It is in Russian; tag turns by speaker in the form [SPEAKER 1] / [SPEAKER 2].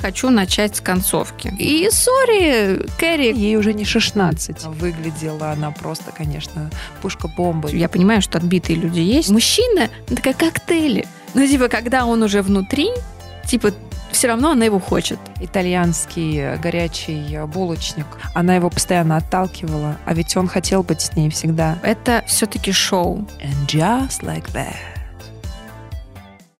[SPEAKER 1] хочу начать с концовки. И сори, Кэрри.
[SPEAKER 2] Ей уже не 16. Выглядела она просто, конечно, пушка-бомба.
[SPEAKER 1] Я понимаю, что отбитые люди есть. Мужчина это как коктейли. Но типа, когда он уже внутри, типа, все равно она его хочет.
[SPEAKER 2] Итальянский э, горячий булочник. Она его постоянно отталкивала, а ведь он хотел быть с ней всегда.
[SPEAKER 1] Это все-таки шоу.
[SPEAKER 2] And just like that.